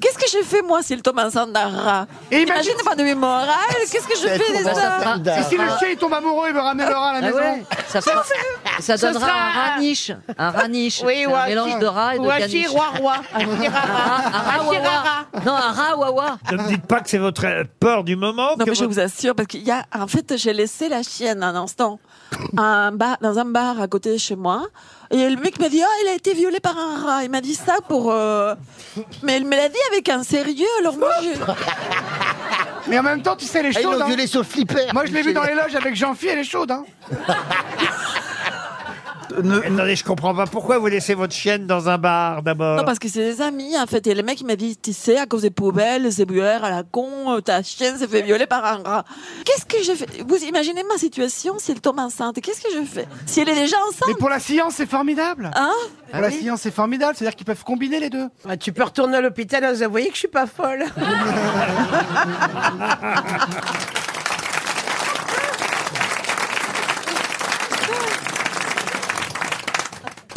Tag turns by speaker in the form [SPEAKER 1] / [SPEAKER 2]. [SPEAKER 1] que j'ai fait moi, s'il tombe enceinte d'un rat
[SPEAKER 2] Eh ben,
[SPEAKER 3] Et imagine
[SPEAKER 1] Imagine pas de mémorale, qu'est-ce que je fais des ça
[SPEAKER 3] Et Ah, si le chien il tombe amoureux, il me ramène le rat à la
[SPEAKER 4] Euh, Ah
[SPEAKER 3] maison
[SPEAKER 4] ouais, ça, fera- ça donnera
[SPEAKER 5] sera
[SPEAKER 4] un rat niche. Un rat niche.
[SPEAKER 5] Oui,
[SPEAKER 4] C'est
[SPEAKER 5] ou
[SPEAKER 4] un
[SPEAKER 5] un
[SPEAKER 4] mélange
[SPEAKER 5] chi-
[SPEAKER 4] de rat et de
[SPEAKER 5] ou un
[SPEAKER 4] caniche.
[SPEAKER 5] chihuahua. Un
[SPEAKER 4] Un Ah,
[SPEAKER 5] chirara.
[SPEAKER 4] rat- un rat
[SPEAKER 5] Un
[SPEAKER 4] wawa.
[SPEAKER 5] chirara.
[SPEAKER 4] Non, un rat wawa.
[SPEAKER 2] Ne me dites pas que c'est votre euh, peur du moment.
[SPEAKER 1] Non
[SPEAKER 2] que
[SPEAKER 1] mais je
[SPEAKER 2] votre-
[SPEAKER 1] vous assure parce qu'il y a en fait j'ai laissé la chienne un instant à un bar dans un bar à côté de chez moi et le mec m'a dit oh il a été violé par un rat il m'a dit ça pour euh, mais il me l'a dit avec un sérieux alors moi je-
[SPEAKER 3] Mais en même temps, tu sais, les
[SPEAKER 6] Ah, ils
[SPEAKER 3] choses. hein.
[SPEAKER 6] l'ont violé sur le flipper.
[SPEAKER 3] Moi, je l'ai vu dans les loges avec Jean-Phil, elle est chaude. Hein.
[SPEAKER 2] Ne- Attendez, je comprends pas. Pourquoi vous laissez votre chienne dans un bar d'abord
[SPEAKER 1] non parce que c'est des amis en fait et le mec il m'a dit tu sais à cause des poubelles ces bueurs à la con euh, ta chienne s'est fait violer par un rat qu'est-ce que je fais vous imaginez ma situation si elle tombe enceinte qu'est-ce que je fais si elle est déjà
[SPEAKER 3] Mais
[SPEAKER 1] enceinte
[SPEAKER 3] pour la science, c'est formidable.
[SPEAKER 1] hein
[SPEAKER 3] Pour la science, c'est formidable. C'est-à-dire qu'ils peuvent combiner les deux.
[SPEAKER 5] Ah, Tu peux hein, retourner à l'hôpital, vous voyez que je suis pas folle.